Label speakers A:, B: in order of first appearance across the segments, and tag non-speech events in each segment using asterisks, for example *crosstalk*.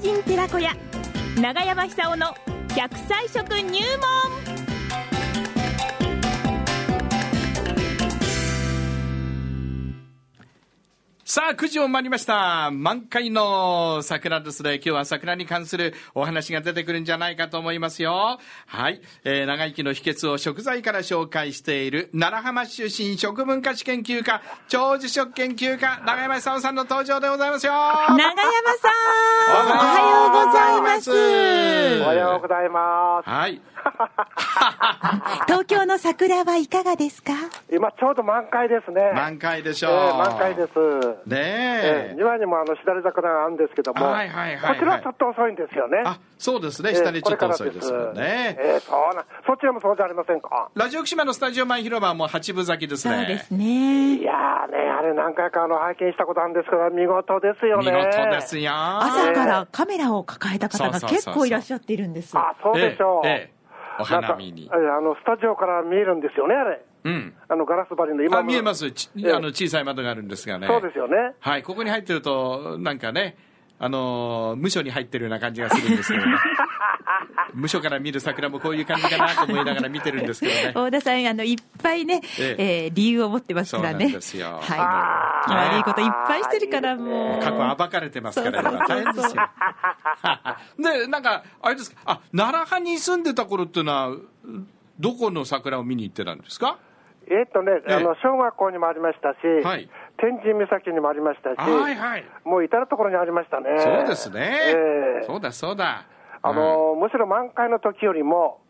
A: 人寺子屋長山久夫の100歳食入門
B: さあ、9時を回りました。満開の桜ですね。今日は桜に関するお話が出てくるんじゃないかと思いますよ。はい。えー、長生きの秘訣を食材から紹介している、奈良浜市出身食文化史研究家、長寿食研究家、長山久夫さんの登場でございますよ。
A: 長山さん、おはようございます。
C: おはようございます。
B: はい。
A: 東京の桜はいかがですか
C: 今ちょうど満開ですね。
B: 満開でし
C: え
B: ょう。
C: ー満開です。
B: ね
C: え
B: え
C: ー。庭にもあのしだれ桜があるんですけども、
B: はいはいはいはい
C: こちらはちょっと遅いんですよね。
B: あ、そうですね。
C: えー
B: 下にちょっと遅いですもん
C: これから
B: ね。
C: えーそうな、そちらもそうじゃありませんか。
B: ラジオ福島のスタジオ前広場はもう八分咲きですね。
A: そうです
C: い
A: ね。
C: やーね、あれ何回かあの拝見したことあるんですけど、見事ですよ
B: 見
C: ね。
B: 事ですよ。
A: 朝からカメラを抱えた方が結構いらっしゃっているんです。
C: あ、そうでしょう。
B: ええええお花見に
C: なん。かえーあの、スタジオから見えるんですよね、あれ。
B: うん。
C: あの、ガラス張りの今、
B: あ見えますす。ち
C: ええ
B: あの小さい窓があるんですがね。
C: そうですよね。
B: はい、ここに入ってると、なんかね、あのー無所に入ってるような感じがするんですけ
C: *laughs*
B: どね、無所から見る桜もこういう感じかなと思いながら見てるんですけど
C: *laughs*
B: ね。
A: 大田さん、あの、いっぱいね、
B: え
A: えー理由を持ってます
B: そう
A: か
B: な
A: ら
B: ん
A: ね。
B: ですよ。
A: は
C: あ
A: い。
C: ー
A: 悪いこといっぱいしてるから、もう。
B: 過去暴かれてますから、今大変ですよ。 *laughs* で、なんか、あれですか、あ、奈良派に住んでた頃っていうのは、どこの桜を見に行ってたんですか
C: えーっとね、
B: ええ
C: あの小学校にもありましたし、
B: はい
C: 天神岬にもありましたし、
B: はいはい。
C: もう至る所にありましたね。
B: そうですね。
C: ええ
B: そうだそうだ。
C: あのむしろ満開の時よりも、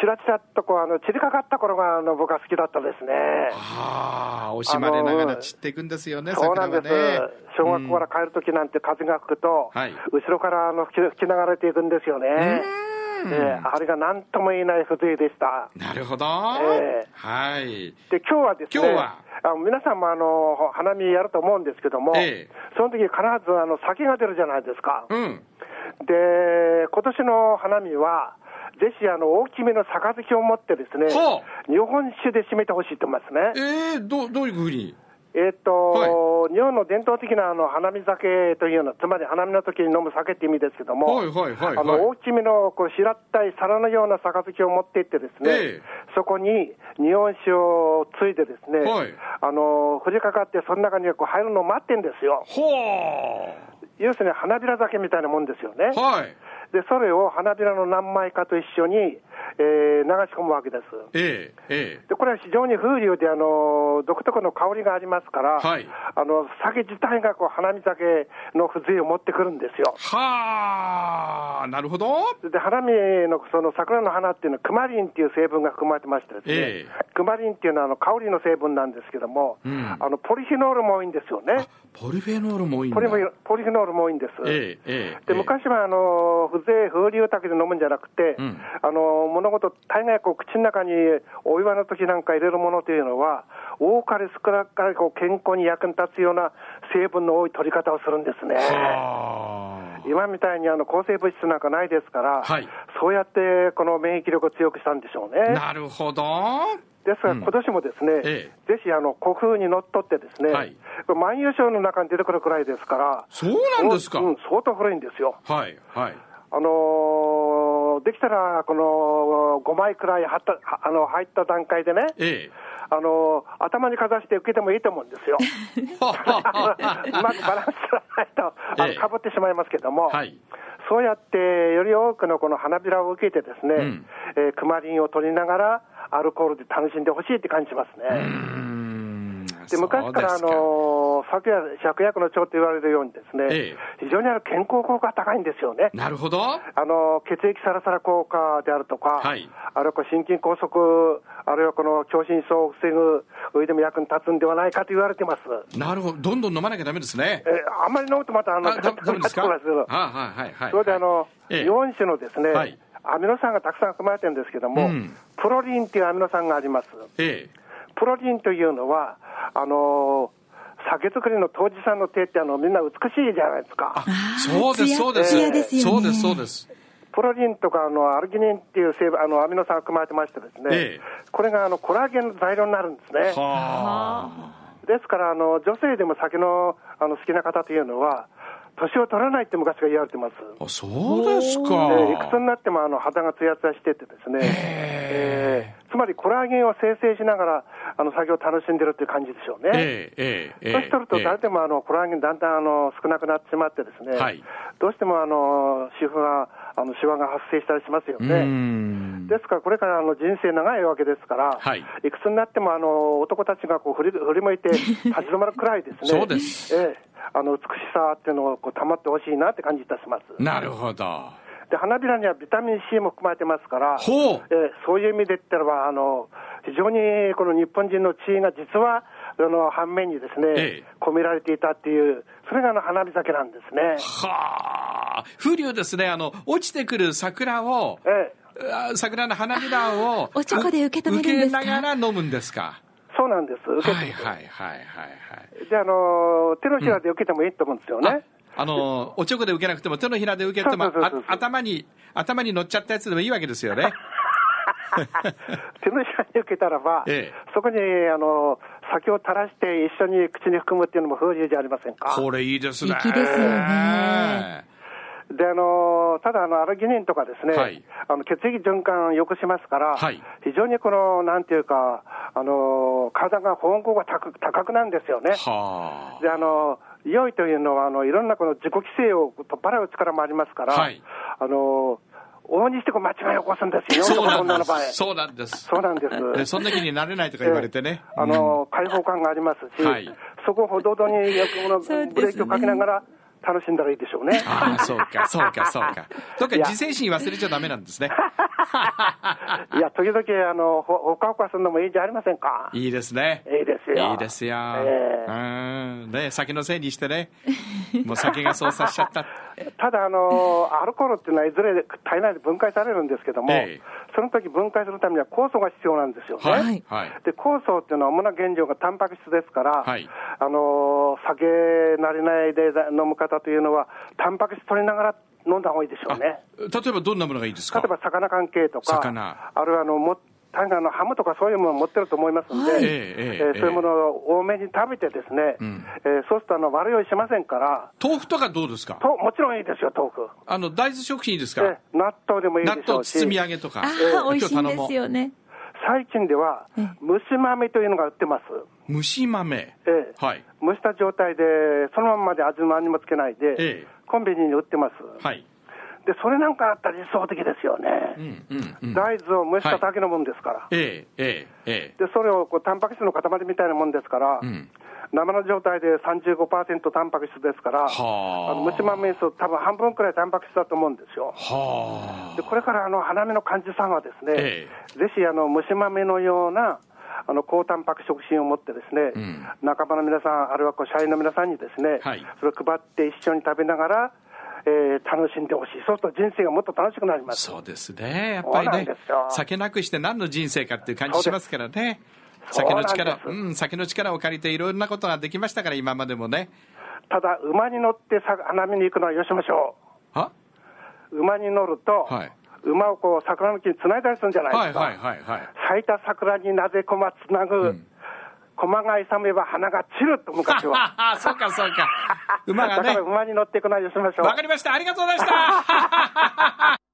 C: ちらちらっとこうあの散りかかった頃があの僕は好きだったですね。
B: ああ、惜しまれながら散っていくんですよね、
C: そうな
B: 桜
C: んで
B: は
C: す、
B: ね。
C: 小学校から帰る時なんて風が吹くと、
B: はい
C: 後ろからあの吹き吹き流れていくんですよね。
B: うん
C: ええあれが何とも言えない風情でした。
B: なるほど、
C: ええ
B: はい
C: で今日はですね、
B: 今日は
C: あの皆さんもあの花見やると思うんですけども、
B: ええ
C: その時必ずあの酒が出るじゃないですか。
B: うん
C: で、今年の花見は、ぜひあの大きめの杯を持ってですね、
B: ほ
C: 日本酒で締めてほしいと思います
B: え
C: ね。
B: えどどういうふうに
C: えーっと、日本の伝統的なあの花見酒というのは、つまり花見の時に飲む酒って意味ですけども、
B: はいはいはいはい
C: あの大きめのこう平ったい皿のような杯を持っていってですね、
B: ええ
C: そこに日本酒をついでですね、
B: はい
C: あの振りかかってその中にこう入るのを待ってんですよ。
B: ほう
C: 要するに花びら酒みたいなもんですよね。
B: はい
C: で、それを花びらの何枚かと一緒に、えー流し込むわけです。
B: ええええ
C: で、これは非常に風流で、あの、独特の香りがありますから、
B: はい
C: あの、酒自体がこう、花見酒の風情を持ってくるんですよ。
B: はあなるほど
C: で、花見の、その桜の花っていうのは、クマリンっていう成分が含まれてましてですね、
B: え
C: クマリンっていうのは、あの、香りの成分なんですけども、
B: うん
C: あの、ポリフェノールも多いんですよね。
B: ポリフェノールも多いんだ
C: ポリフェポリフェノールも多いんです。
B: ええええ
C: で昔はあの風情、風流だけで飲むんじゃなくて、
B: うん
C: あの物事、大概こう口の中にお祝いの時なんか入れるものというのは、多かれ少なかれこう健康に役に立つような成分の多い取り方をするんですね。
B: はあ
C: 今みたいにあの抗生物質なんかないですから、
B: はい
C: そうやってこの免疫力を強くしたんでしょうね。
B: なるほど
C: ですから、
B: うん
C: 今年もですね、
B: え
C: ぜひあの古風にのっとって、ですね、
B: はい
C: これ万葉集の中に出てくるくらいですから、
B: そうなんですか、
C: うん相当古いんですよ。
B: はいはい
C: あのーできたら、この5枚くらいはったあの入った段階でね、
B: え
C: あのー頭にかざして受けてもいいと思うんで
B: *laughs*
C: すよ。
B: え
C: *laughs*
B: ははは
C: うまくバランス取らない
B: ええ
C: と、あのかぶってしまいますけども、
B: はい
C: そうやってより多くのこの花びらを受けて、ですね、
B: うん
C: えークマリンを取りながら、アルコールで楽しんでほしいって感じます
B: うー
C: ね。
B: ん
C: で昔から、あのー昨夜、芍薬の蝶と言われるように、ですね、
B: え
C: 非常にあの健康効果が高いんですよね。
B: なるほど
C: あの血液サラサラ効果であるとか、
B: はい
C: あるいはこう心筋梗塞、あるいはこの狭心症を防ぐ上でも役に立つんではないかと言われてます。
B: なるほど、どんどん飲まなきゃダメですね
C: え。あんまり飲むとまたあの、
B: あ、だダメですか。
C: そ
B: はい
C: うなんですよ
B: はいはいはい。
C: それであの、
B: ええ
C: 日本酒のですね、
B: はい
C: アミノ酸がたくさん含まれてるんですけども、
B: うん
C: プロリンっていうアミノ酸があります。
B: え
C: プロリンというのは、あの酒造りの当時さんの手ってあのみんな美しいじゃないですか。
B: え、そうですそうで
A: ツヤです
B: す。
A: よね
B: そうですそうです。
C: プロリンとかあのアルギニンっていう成分あのアミノ酸が含まれてましてですね、
B: ええ
C: これがあのコラーゲンの材料になるんですね。
B: はあ。
C: ですからあの女性でも酒のあの好きな方というのは、年を取らないって昔が言われてます。
B: あそうですか。
C: えーいくつになってもあの肌がツヤツヤしててですね、えーつまりコラーゲンを生成しながらあの作業を楽しんでるっていう感じでしょうね。
B: ええええええ
C: 年取ると誰でもあのコラーゲンだんだんあの少なくなってしまってですね、
B: はい
C: どうしてもあの皮膚があのシワが発生したりしますよ
B: うー
C: ね。
B: ん
C: ですからこれからあの人生長いわけですから、
B: はい
C: くつになってもあの男たちがこう振り振り向
B: *laughs*
C: いて立ち止まるくらいですね。
B: そうです
C: ええあの美しさっていうのをこう保ってほしいなって感じいたします。
B: なるほど。
C: で花びらにはビタミン C も含まれてますから、
B: ほう
C: えーそういう意味で言ったらばあの、非常にこの日本人の地位が実は、あの反面にです
B: ええ
C: ね、込められていたっていう、それがあの花火酒なんですね。
B: はあ。風流ですね。あの、落ちてくる桜を、
C: ええ
B: あ桜の花びらを、
D: おちょこで受け止めるんですか
B: 受けながら飲むんですか。
C: そうなんです、受け
B: は
C: て
B: いはいはいはいはい。
C: であの手のひらで受けてもいいと思うんですよね。
B: あのおちょこで受けなくても手のひらで受けても
C: そうそうそうそう
B: あ頭に頭に乗っちゃったやつでもいいわけですよね。
C: 手のひらに受けたらば、
B: ええ
C: そこにあの酒を垂らして一緒に口に含むっていうのも風流じゃありませんか。
B: これいいですね。
D: 粋ですよね
C: であのただあの、アルギニンとかですね、
B: はい
C: あの血液循環を良くしますから、
B: はい
C: 非常にこのなんていうか、あの体が保温効果が高く高くなんですよね。
B: は
C: であの良いというのはあの、いろんなこの自己規制を取っ払う力もありますから、
B: はい
C: あの往々にしてこう間違いを起こすんです
B: あ。
C: よ、
B: そう
C: 男
B: な
C: 女
B: ん
C: の
B: で
C: 場合。
B: す。そうなんです。
C: そうなんです。
B: でそんな気になれないとか言われてね。
C: ええあの、開放感がありますし、
B: はい
C: そこを歩道によくこの
D: そうですね
C: ブレーキをかけながら楽しんだらいいでしょうね。
B: ああそうかそうかそうか。とか
C: いや
B: 自制心忘れちゃダメなんですね。
C: いや、時々、あの、ほ、ほかほかするのもいいじゃありませんか。い
B: いいですね。
C: いですよ。
B: いいですよ。
C: ええ
B: うんね酒のせいにして
C: *laughs*
B: ね。もう酒が操作しちゃった。
C: ただ、あ
B: *laughs*
C: の、アルコールっていうのはいずれ体内で分解されるんですけども、
B: ええ
C: その時分解するためには酵素が必要なんですよね。
B: はいはい。
C: で酵素っていうのは主な原料がタンパク質ですから、
B: はい
C: あの酒慣れないで飲む方というのは、タンパク質取りながら飲んだ方がいいでしょうね。
B: 例えばどんなものがいいです
C: 例
B: か
C: え。ば魚関係とか、
B: 魚
C: あるいはあのも大河のハムとかそういうものを持ってると思いますんで、
D: はい
B: ええええ
C: えーそういうものを多めに食べてですね、えーそうするとあの悪い酔いしませんから、
B: 豆腐とかどうですか。
C: ともちろんいいですよ、豆腐。
B: あの大豆食品いいですか
C: で。納豆でもいいで
B: 納
C: しょ
B: 豆
C: うし、
B: 包み揚げとか。
D: ああ、美味しいんですよね。
C: 最近では、蒸し豆というのが売ってます。
B: 蒸し豆。
C: ええ
B: はい。
C: 蒸した状態で、そのまんまで味も何もつけないで、
B: ええ
C: コンビニに売ってます。
B: はい。
C: で、それなんかあったら理想的ですよね。
B: うんうんうん。
C: 大豆を蒸しただけのもんですから。
B: ええええええ。
C: でそれをこうタンパク質の塊みたいなもんですから、
B: ん
C: 生の状態で35%タンパク質ですから、あ
B: はあ
C: の虫豆素、多分半分くらいタンパク質だと思うんですよ。
B: はあ。
C: でこれからあの花見の患者さんはですね、
B: え
C: ぜひあの虫豆のようなあの高タンパク食品を持ってですね、
B: ん
C: 仲間の皆さん、あるいはこう社員の皆さんにですね、
B: はい
C: それを配って一緒に食べながら、えー楽しんでほしい。そうすると人生がもっと楽しくなります。
B: そうですね。やっぱり
C: そうなん
B: ね
C: ですよ、
B: 酒なくして何の人生かっていう感じしますからね。
C: そうで
B: 酒
C: す
B: の力、
C: そうなん
B: うん、酒の力を借りていろんなことができましたから、今までもね。
C: ただ、馬に乗ってさ花見に行くのはよしましょう。
B: は
C: 馬に乗ると、
B: はい
C: 馬をこう桜の木につないだりするんじゃない
B: は
C: で
B: い
C: すか、
B: はいはいはい。
C: 咲いた桜になぜ駒つなぐ、駒が勇めば花が散ると
B: *laughs*
C: 昔は
B: そうかそうか。馬が
C: だか
B: ね
C: *laughs* ら。馬に乗っていくのはよしましょう
B: わかりました。ありがとうございました。